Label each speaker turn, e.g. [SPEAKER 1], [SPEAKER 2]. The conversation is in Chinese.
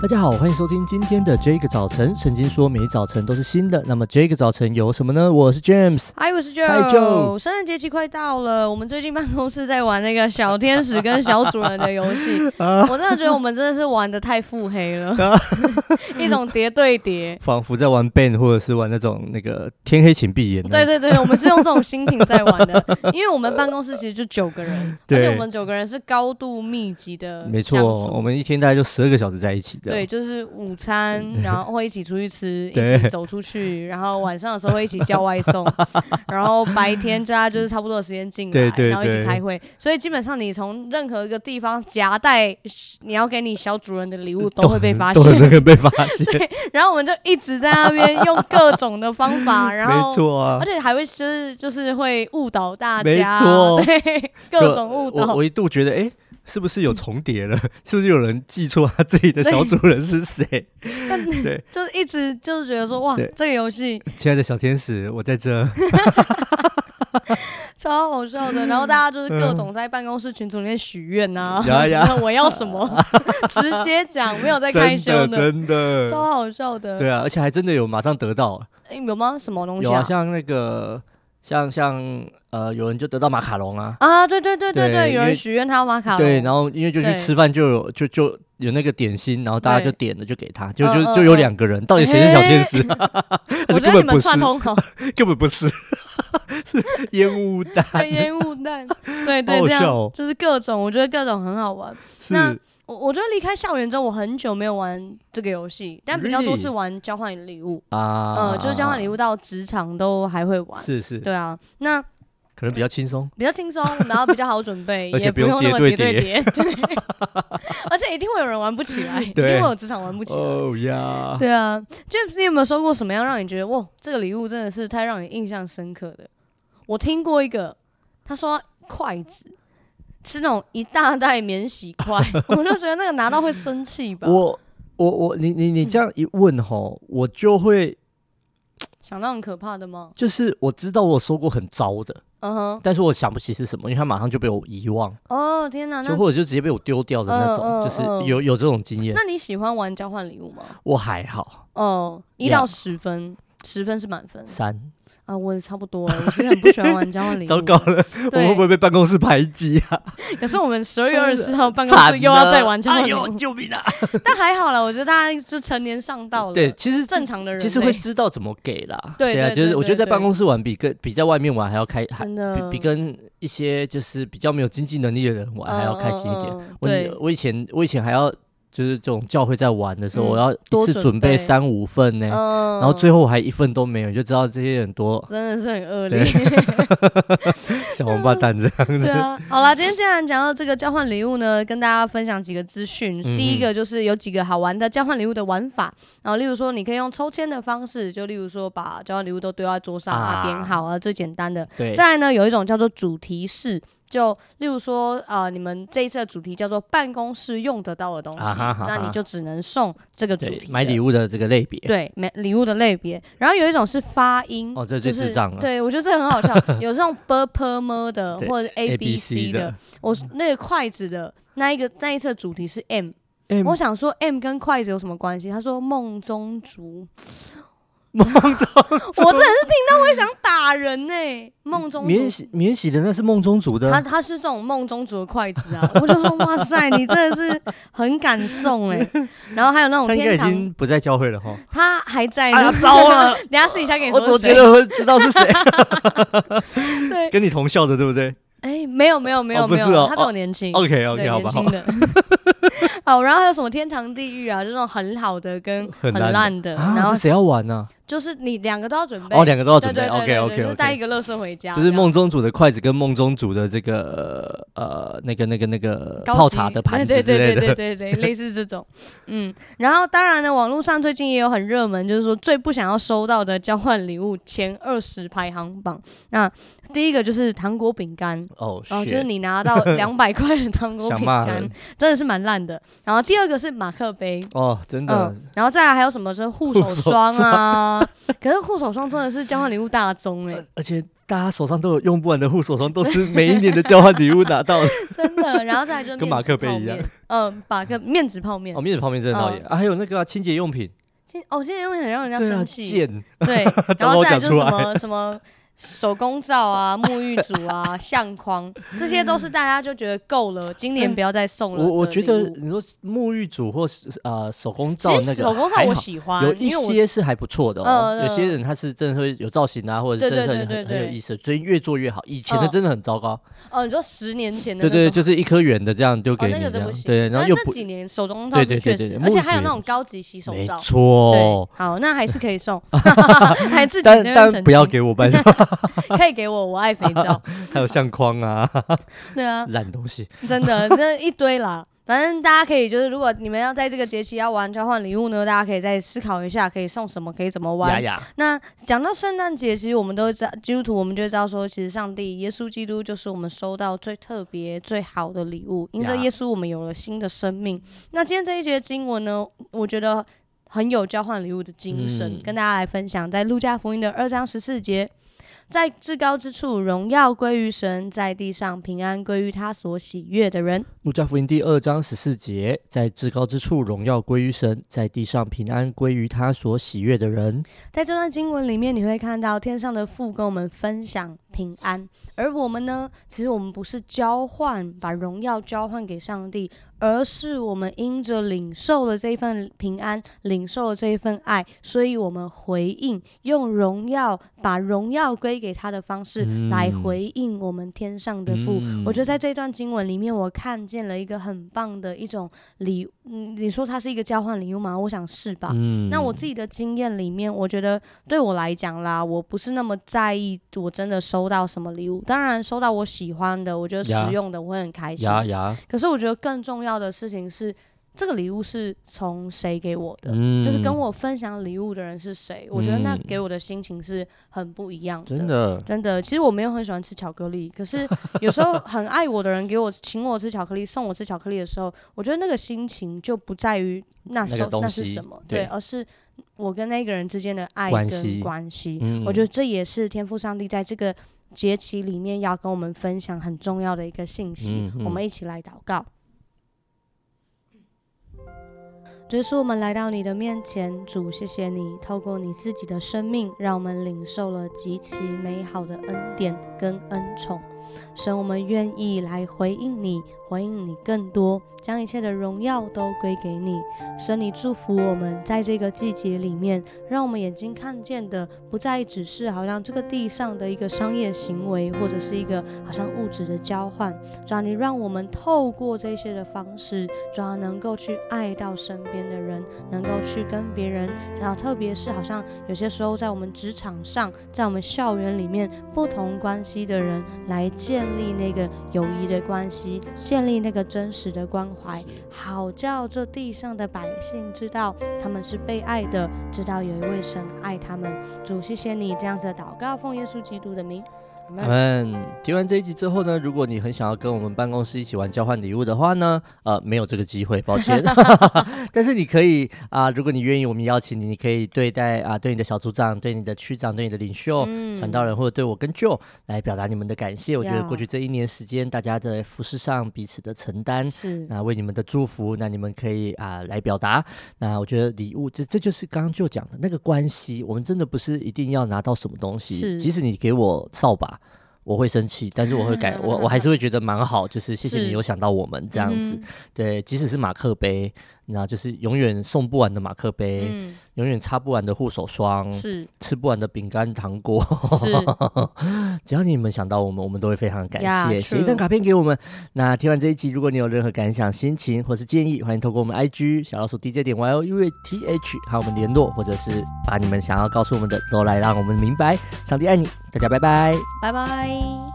[SPEAKER 1] 大家好，欢迎收听今天的这个早晨。圣经说每一早晨都是新的，那么这个早晨有什么呢？我是 James。
[SPEAKER 2] 嗨，我是 Joe。
[SPEAKER 1] 嗨，Joe
[SPEAKER 2] 圣诞节期快到了，我们最近办公室在玩那个小天使跟小主人的游 戏，
[SPEAKER 1] 啊
[SPEAKER 2] 我真的觉得我们真的是玩的太腹黑了，一种叠对叠。
[SPEAKER 1] 仿佛在玩 band 或者是玩那种那个天黑请闭眼的。
[SPEAKER 2] 对对对，我们是用这种心情在玩 的，因为我们办公室其实就九个人，而
[SPEAKER 1] 对
[SPEAKER 2] 且我们九个人是高度密集的，
[SPEAKER 1] 没错，我。们一天大概就十二个小时在一起的。
[SPEAKER 2] 对，就是午餐，然后会一起出 去吃，
[SPEAKER 1] 嗯对
[SPEAKER 2] 一起走出去，然后晚上的时候会一起叫外送， 然后白天大家就是差不多的时间进来，
[SPEAKER 1] 对对
[SPEAKER 2] 然后一起
[SPEAKER 1] 对
[SPEAKER 2] 开会。所以基本上你从任何一个地方夹带你要给你小主人的礼物都会被发
[SPEAKER 1] 都很那
[SPEAKER 2] 现，
[SPEAKER 1] 个被发现。
[SPEAKER 2] 然后我们就一直在那边用各种的方法，然
[SPEAKER 1] 没
[SPEAKER 2] 后。
[SPEAKER 1] 错啊
[SPEAKER 2] 而。且还会就是就是会误导大
[SPEAKER 1] 没
[SPEAKER 2] 家，
[SPEAKER 1] 错
[SPEAKER 2] 对，各种误
[SPEAKER 1] 我
[SPEAKER 2] 导
[SPEAKER 1] 我。一度觉得，哎、是不是有重叠 了？是不是有人记错他自己的小主人是谁？
[SPEAKER 2] 但
[SPEAKER 1] 对，
[SPEAKER 2] 就是一直就是觉得说，哇
[SPEAKER 1] 对，
[SPEAKER 2] 这个游戏
[SPEAKER 1] 亲爱的小天使，我在这。
[SPEAKER 2] 超好笑的。然后大家就是各种在办公室群组里面许愿呐，
[SPEAKER 1] 嗯呀呀
[SPEAKER 2] 然后 我要 什么，直接讲，没有在开
[SPEAKER 1] 真
[SPEAKER 2] 销
[SPEAKER 1] 的
[SPEAKER 2] 的，
[SPEAKER 1] 真的，
[SPEAKER 2] 超好笑的。
[SPEAKER 1] 对啊，而且还真的有马上得到，
[SPEAKER 2] 诶有吗？什么东西
[SPEAKER 1] 有啊，像那个像像呃，有人就得到马卡龙啊，
[SPEAKER 2] 啊，对对对对
[SPEAKER 1] 对
[SPEAKER 2] 对，
[SPEAKER 1] 因
[SPEAKER 2] 有
[SPEAKER 1] 为
[SPEAKER 2] 人许愿他要马卡龙，
[SPEAKER 1] 对，然后因为就去
[SPEAKER 2] 啊对
[SPEAKER 1] 吃饭就有就就有那个点心，然后大家就
[SPEAKER 2] 对
[SPEAKER 1] 点了就给他，就
[SPEAKER 2] 嗯
[SPEAKER 1] 就
[SPEAKER 2] 嗯
[SPEAKER 1] 就有
[SPEAKER 2] 嗯
[SPEAKER 1] 两个人，到底谁是小天使？还
[SPEAKER 2] 我
[SPEAKER 1] 是
[SPEAKER 2] 觉
[SPEAKER 1] 根
[SPEAKER 2] 得
[SPEAKER 1] 本
[SPEAKER 2] 你
[SPEAKER 1] 不
[SPEAKER 2] 们
[SPEAKER 1] 是
[SPEAKER 2] 串，通好，
[SPEAKER 1] 根本不是， 是烟雾弹，
[SPEAKER 2] 对烟雾弹，对
[SPEAKER 1] 好
[SPEAKER 2] 对，
[SPEAKER 1] 好
[SPEAKER 2] 这样
[SPEAKER 1] 笑哦
[SPEAKER 2] 就是各种，我觉得各种很好玩。那
[SPEAKER 1] 是
[SPEAKER 2] 我我觉得离开校园之后，我很久没有玩这个游戏，但比较多
[SPEAKER 1] Really？
[SPEAKER 2] 是玩交换礼物，
[SPEAKER 1] 啊，
[SPEAKER 2] 嗯，就是交换礼物到职场都还会玩。
[SPEAKER 1] 是是，
[SPEAKER 2] 对啊，那
[SPEAKER 1] 可能比较轻松，
[SPEAKER 2] 比较轻松，然后比较好准备，
[SPEAKER 1] 而且
[SPEAKER 2] 也
[SPEAKER 1] 不
[SPEAKER 2] 不
[SPEAKER 1] 用
[SPEAKER 2] 用那么
[SPEAKER 1] 叠
[SPEAKER 2] 叠
[SPEAKER 1] 对
[SPEAKER 2] 对叠，对， 而且一定会有人玩不起来，一定
[SPEAKER 1] 对
[SPEAKER 2] 会有职场玩不起来。
[SPEAKER 1] 哦呀，
[SPEAKER 2] 对啊，James，你有没有收过什么样让你觉得哇，这个礼物真的是太让你印象深刻的？我听过一个，他说筷子是那种一大袋免洗 筷，我就觉得那个拿到会生气吧。
[SPEAKER 1] 我我我你你
[SPEAKER 2] 嗯
[SPEAKER 1] 你这样一问吼，我就会
[SPEAKER 2] 想到很可怕的吗？
[SPEAKER 1] 就是我知道我收过很糟的，
[SPEAKER 2] 嗯哼，
[SPEAKER 1] 但是我想不起是什么，因为它马上就被我遗忘，
[SPEAKER 2] 哦天哪，
[SPEAKER 1] 就
[SPEAKER 2] 那
[SPEAKER 1] 或者就直接被我丢掉的那种，
[SPEAKER 2] 嗯嗯
[SPEAKER 1] 就是有有这种经验
[SPEAKER 2] 那。你喜欢玩交换礼物吗？
[SPEAKER 1] 我还好，
[SPEAKER 2] 哦，一
[SPEAKER 1] 呀
[SPEAKER 2] 到十分，十分是满分。
[SPEAKER 1] 三，
[SPEAKER 2] 啊，我也差不多了， 我其实很不喜欢玩交换礼物。
[SPEAKER 1] 糟糕了，我
[SPEAKER 2] 对
[SPEAKER 1] 会不会被办公室排挤啊？
[SPEAKER 2] 可是我们十二月二十四号办公
[SPEAKER 1] 惨
[SPEAKER 2] 室
[SPEAKER 1] 了
[SPEAKER 2] 又要再玩交换
[SPEAKER 1] 哎
[SPEAKER 2] 礼物，
[SPEAKER 1] 呦，救命啊！
[SPEAKER 2] 但还好了，我觉得大家就成年上道了，
[SPEAKER 1] 对，，其实
[SPEAKER 2] 正常的人类
[SPEAKER 1] 其实会知道怎么给啦。
[SPEAKER 2] 对
[SPEAKER 1] 啊，
[SPEAKER 2] 对
[SPEAKER 1] 就是
[SPEAKER 2] 对
[SPEAKER 1] 我觉得在
[SPEAKER 2] 对
[SPEAKER 1] 办公室玩比跟比在外面玩还要开，还
[SPEAKER 2] 真
[SPEAKER 1] 比
[SPEAKER 2] 的
[SPEAKER 1] 比跟一些就是比较没有经济能力的人玩还要开心一点。
[SPEAKER 2] 嗯嗯嗯
[SPEAKER 1] 我以
[SPEAKER 2] 对，
[SPEAKER 1] 我以前我以前还要就是这种教会在玩的时候，
[SPEAKER 2] 嗯
[SPEAKER 1] 我要一
[SPEAKER 2] 多
[SPEAKER 1] 次
[SPEAKER 2] 准
[SPEAKER 1] 准备
[SPEAKER 2] 备
[SPEAKER 1] 三五份呢、
[SPEAKER 2] 嗯
[SPEAKER 1] 然后最后还一份都没有，你就知道这些人多
[SPEAKER 2] 真的是很恶
[SPEAKER 1] 对
[SPEAKER 2] 劣，
[SPEAKER 1] 小王八蛋这 样
[SPEAKER 2] 对
[SPEAKER 1] 子。
[SPEAKER 2] 啊。好啦，今天既然讲到这个交换礼物呢，跟大家分享几个资讯。
[SPEAKER 1] 嗯
[SPEAKER 2] 第一个就是有几个好玩的交换礼物的玩法，然后例如说你可以用抽签的方式，就例如说把交换礼物都丢在桌上
[SPEAKER 1] 啊
[SPEAKER 2] 啊，编好啊，最简单的。
[SPEAKER 1] 对，
[SPEAKER 2] 再来呢，有一种叫做主题式，就例如说，呃，你们这一次的主题叫做办公室用得到的东西，
[SPEAKER 1] 啊哈哈哈
[SPEAKER 2] 那你就只能送这个主
[SPEAKER 1] 对
[SPEAKER 2] 题，
[SPEAKER 1] 买礼
[SPEAKER 2] 物。
[SPEAKER 1] 物的这个类别。
[SPEAKER 2] 对，买礼物的类别，然后有一种是发音，
[SPEAKER 1] 哦这最
[SPEAKER 2] 就是
[SPEAKER 1] 智障了
[SPEAKER 2] 对我觉得这很 好笑，有这种 b p m 的
[SPEAKER 1] 对
[SPEAKER 2] 或者 a b c 的，，我那个筷子的那一个那一次的主题是 m，
[SPEAKER 1] 哎，
[SPEAKER 2] 我想说 M 跟筷子有什么关系？他说梦中竹，
[SPEAKER 1] 梦
[SPEAKER 2] 中竹， 我真的是听到会想打人呢、梦中
[SPEAKER 1] 免
[SPEAKER 2] 竹，
[SPEAKER 1] 洗免洗的那是梦中族
[SPEAKER 2] 他
[SPEAKER 1] 的，
[SPEAKER 2] 他是这种梦中竹的筷子啊，我就说哇塞，你真的是很敢送哎、然后还有那种
[SPEAKER 1] 他应该
[SPEAKER 2] 天
[SPEAKER 1] 已
[SPEAKER 2] 堂，
[SPEAKER 1] 经不在教会了哈。
[SPEAKER 2] 他还在
[SPEAKER 1] 哎
[SPEAKER 2] 呢
[SPEAKER 1] 呀，，糟了！
[SPEAKER 2] 等一下私底 下跟你
[SPEAKER 1] 我总
[SPEAKER 2] 说是
[SPEAKER 1] 觉
[SPEAKER 2] 谁？
[SPEAKER 1] 得会知道是谁，
[SPEAKER 2] 对，
[SPEAKER 1] 跟你同校的，对不对
[SPEAKER 2] 哎、没有没有没有
[SPEAKER 1] 哦不
[SPEAKER 2] 没
[SPEAKER 1] 是
[SPEAKER 2] 有，
[SPEAKER 1] 哦
[SPEAKER 2] 他比我年轻。
[SPEAKER 1] ？OK OK，
[SPEAKER 2] 对，
[SPEAKER 1] 好
[SPEAKER 2] 年
[SPEAKER 1] 吧，好
[SPEAKER 2] 轻
[SPEAKER 1] 吧，
[SPEAKER 2] 的。 好，然后还有什么天堂地狱啊，这种很好的跟
[SPEAKER 1] 很
[SPEAKER 2] 很
[SPEAKER 1] 烂的
[SPEAKER 2] 烂的，
[SPEAKER 1] 啊，
[SPEAKER 2] 然后
[SPEAKER 1] 这谁要玩呢？
[SPEAKER 2] 就是你两个都要准备
[SPEAKER 1] 哦，两个都要准备。
[SPEAKER 2] 对对
[SPEAKER 1] OK
[SPEAKER 2] 对对啊
[SPEAKER 1] OK
[SPEAKER 2] 就是带一
[SPEAKER 1] OK，
[SPEAKER 2] 个乐色回家，
[SPEAKER 1] 就是梦中族的筷子跟梦中族的这个呃那个那个那个呃
[SPEAKER 2] 这样
[SPEAKER 1] 泡茶的盘
[SPEAKER 2] 对
[SPEAKER 1] 子之类
[SPEAKER 2] 对对对
[SPEAKER 1] 的。
[SPEAKER 2] 对对，对类似这种，嗯，然后当然呢，网络上最近也有很热门，就是说最不想要收到的交换礼物前二十排行榜。那第一个就是糖果饼干，
[SPEAKER 1] 哦，
[SPEAKER 2] 然后就是
[SPEAKER 1] shit
[SPEAKER 2] 你 拿到两百块的糖果
[SPEAKER 1] 想
[SPEAKER 2] 饼
[SPEAKER 1] 骂
[SPEAKER 2] 干
[SPEAKER 1] 人，
[SPEAKER 2] 真的是蛮烂的。然后第二个是马克杯，
[SPEAKER 1] 哦，真的
[SPEAKER 2] 嗯，然后再来还有什么是护手
[SPEAKER 1] 手
[SPEAKER 2] 霜啊？可是护手霜真的是交换礼物大宗哎、
[SPEAKER 1] 而而且大家手上都有用不完的护手霜，都是每一年的交换礼物拿到的。
[SPEAKER 2] 真的。然后再来就是
[SPEAKER 1] 跟
[SPEAKER 2] 面
[SPEAKER 1] 马
[SPEAKER 2] 纸
[SPEAKER 1] 克杯
[SPEAKER 2] 泡
[SPEAKER 1] 一样
[SPEAKER 2] 面，嗯，马克面纸泡面
[SPEAKER 1] 哦，，面子泡面真的
[SPEAKER 2] 嗯
[SPEAKER 1] 讨厌、啊，还有那个啊清洁用品，
[SPEAKER 2] 现哦，现在用很让人家
[SPEAKER 1] 对啊，
[SPEAKER 2] 生气，
[SPEAKER 1] 贱，
[SPEAKER 2] 对，然
[SPEAKER 1] 糟糕
[SPEAKER 2] 后再来
[SPEAKER 1] 讲
[SPEAKER 2] 就是
[SPEAKER 1] 出
[SPEAKER 2] 什么什么手工 皂啊、沐浴乳啊、相框，这些都是大家就觉得够了，今年不要再送
[SPEAKER 1] 嗯我
[SPEAKER 2] 了的礼物。
[SPEAKER 1] 我觉得你说沐浴组或是呃手工皂
[SPEAKER 2] 其
[SPEAKER 1] 那
[SPEAKER 2] 实
[SPEAKER 1] 个
[SPEAKER 2] 手工皂
[SPEAKER 1] 还
[SPEAKER 2] 我
[SPEAKER 1] 好
[SPEAKER 2] 喜欢，
[SPEAKER 1] 有一
[SPEAKER 2] 因为我
[SPEAKER 1] 些是还不错的哦，
[SPEAKER 2] 呃
[SPEAKER 1] 有些人他是真的会有造型啊，或者是
[SPEAKER 2] 对
[SPEAKER 1] 真的
[SPEAKER 2] 对
[SPEAKER 1] 很
[SPEAKER 2] 对对
[SPEAKER 1] 很有
[SPEAKER 2] 对
[SPEAKER 1] 意思，所以越做越好。以前的
[SPEAKER 2] 嗯
[SPEAKER 1] 真的很糟糕，
[SPEAKER 2] 哦，你说十年前的
[SPEAKER 1] 对
[SPEAKER 2] 那
[SPEAKER 1] 对，对
[SPEAKER 2] 种
[SPEAKER 1] 就是一颗圆的这样丢给
[SPEAKER 2] 哦，
[SPEAKER 1] 你
[SPEAKER 2] 那个
[SPEAKER 1] 这
[SPEAKER 2] 都
[SPEAKER 1] 样
[SPEAKER 2] 不，行。
[SPEAKER 1] 对，然后
[SPEAKER 2] 但
[SPEAKER 1] 又
[SPEAKER 2] 这
[SPEAKER 1] 不
[SPEAKER 2] 几年手工
[SPEAKER 1] 对
[SPEAKER 2] 皂
[SPEAKER 1] 对
[SPEAKER 2] 是确
[SPEAKER 1] 对对
[SPEAKER 2] 实
[SPEAKER 1] 对，
[SPEAKER 2] 而且
[SPEAKER 1] 木
[SPEAKER 2] 还有
[SPEAKER 1] 质
[SPEAKER 2] 那种高级洗手
[SPEAKER 1] 没
[SPEAKER 2] 皂。
[SPEAKER 1] 错
[SPEAKER 2] 对，，好，那还是可 以送， 还自己
[SPEAKER 1] 但
[SPEAKER 2] 在那边
[SPEAKER 1] 但
[SPEAKER 2] 澄
[SPEAKER 1] 不要
[SPEAKER 2] 清
[SPEAKER 1] 给我拜托，
[SPEAKER 2] 可以给我，我爱肥皂。
[SPEAKER 1] 还有相框啊，
[SPEAKER 2] 对啊，
[SPEAKER 1] 烂东西。
[SPEAKER 2] 真的，这一堆啦。反正大家可以就是，如果你们要在这个节气要玩交换礼物呢，大家可以再思考一下，可以送什么，可以怎么玩。
[SPEAKER 1] 雅雅，
[SPEAKER 2] 那讲到圣诞节，其实我们都知道，基督徒我们就知道说，其实上帝耶稣基督就是我们收到最特别、最好的礼物。因着
[SPEAKER 1] 呀
[SPEAKER 2] 耶稣，我们有了新的生命。那今天这一节经文呢，我觉得很有交换礼物的精神，
[SPEAKER 1] 嗯
[SPEAKER 2] 跟大家来分享，在路加福音的二章十四节。在至高之处，荣耀归于神；在地上，平安归于他所喜悦的人。
[SPEAKER 1] 路加福音第二章十四节，在至高之处荣耀归于神，在地上平安归于他所喜悦的人。
[SPEAKER 2] 在这段经文里面，你会看到天上的父跟我们分享平安，而我们呢，其实我们不是交换把荣耀交换给上帝，而是我们因着领受了这一份平安，领受了这一份爱，所以我们回应用荣耀把荣耀归给他的方式
[SPEAKER 1] 嗯
[SPEAKER 2] 来回应我们天上的父。
[SPEAKER 1] 嗯
[SPEAKER 2] 我觉得在这段经文里面，我看见了一个很棒的一种礼，嗯，你说它是一个交换礼物吗？我想是吧。
[SPEAKER 1] 嗯
[SPEAKER 2] 那我自己的经验里面，我觉得对我来讲啦，我不是那么在意我真的收到什么礼物。当然，收到我喜欢的，我觉得实
[SPEAKER 1] 呀
[SPEAKER 2] 用的，我会很开心。
[SPEAKER 1] 雅雅，
[SPEAKER 2] 可是我觉得更重要的事情是，这个礼物是从谁给我的，
[SPEAKER 1] 嗯
[SPEAKER 2] 就是跟我分享礼物的人是谁。我觉得那
[SPEAKER 1] 嗯
[SPEAKER 2] 给我的心情是很不一样的。
[SPEAKER 1] 真的
[SPEAKER 2] 真的，其实我没有很喜欢吃巧克力，可是有时候很爱我的人给我请我吃巧克力，送我吃巧克力的时候，我觉得那个心情就不在于那时
[SPEAKER 1] 那
[SPEAKER 2] 候
[SPEAKER 1] 个
[SPEAKER 2] 那
[SPEAKER 1] 东
[SPEAKER 2] 是
[SPEAKER 1] 西
[SPEAKER 2] 什么，
[SPEAKER 1] 对
[SPEAKER 2] 对，而是我跟那个人之间的爱
[SPEAKER 1] 关系
[SPEAKER 2] 跟关系。
[SPEAKER 1] 嗯
[SPEAKER 2] 我觉得这也是天赋上帝在这个节期里面要跟我们分享很重要的一个信息。
[SPEAKER 1] 嗯嗯
[SPEAKER 2] 我们一起来祷告。只是我们来到你的面前，主，谢谢你透过你自己的生命，让我们领受了极其美好的恩典跟恩宠。神，我们愿意来回应你，回应你更多，将一切的荣耀都归给你。神，你祝福我们在这个季节里面，让我们眼睛看见的不再只是好像这个地上的一个商业行为，或者是一个好像物质的交换。主啊，你让我们透过这些的方式，主啊，能够去爱到身边的人，能够去跟别人，然后特别是好像有些时候在我们职场上，在我们校园里面不同关系的人，来建立那个友谊的关系，建立那个真实的关怀。好叫这地上的百姓知道他们是被爱的，知道有一位神爱他们。主，谢谢你这样子的祷告，奉耶稣基督的名，阿门。
[SPEAKER 1] 嗯，听完这一集之后呢，如果你很想要跟我们办公室一起玩交换礼物的话呢，呃，没有这个机会，抱 歉。 但是你可以啊、如果你愿意，我们邀请你，你可以对待啊、对你的小组长、对你的区长、对你的领袖、哦传道人或者对我跟 Joe 来表达你们的感谢。我觉得
[SPEAKER 2] 嗯呀
[SPEAKER 1] 过去这一年时间，大家在服饰上彼此的承担。
[SPEAKER 2] 是
[SPEAKER 1] 那为你们的祝福，那你们可以啊、来表达。那我觉得礼物，这这就是刚刚就讲的那个关系，我们真的不是一定要拿到什么东西，
[SPEAKER 2] 是
[SPEAKER 1] 即使你给我扫把。我会生 气，但是我会改，我我还是会觉得蛮好，就是谢谢
[SPEAKER 2] 是
[SPEAKER 1] 你有想到我们这样子。
[SPEAKER 2] 嗯
[SPEAKER 1] 对，即使是马克杯，那就是永远送不完的马克杯，
[SPEAKER 2] 嗯，
[SPEAKER 1] 永远擦不完的护手霜，
[SPEAKER 2] 是
[SPEAKER 1] 吃不完的饼干糖果。
[SPEAKER 2] 是，
[SPEAKER 1] 只要你们想到我们，我们都会非常感谢。
[SPEAKER 2] Yeah，
[SPEAKER 1] 写一张
[SPEAKER 2] true
[SPEAKER 1] 卡片给我们。那听完这一集，如果你有任何感想、心情或是建议，欢迎透过我们 IG 小老鼠 DJ 点 Y O U A T H 和我们联络，或者是把你们想要告诉我们的都来让我们明白。上帝爱你，大家拜拜。
[SPEAKER 2] 拜拜。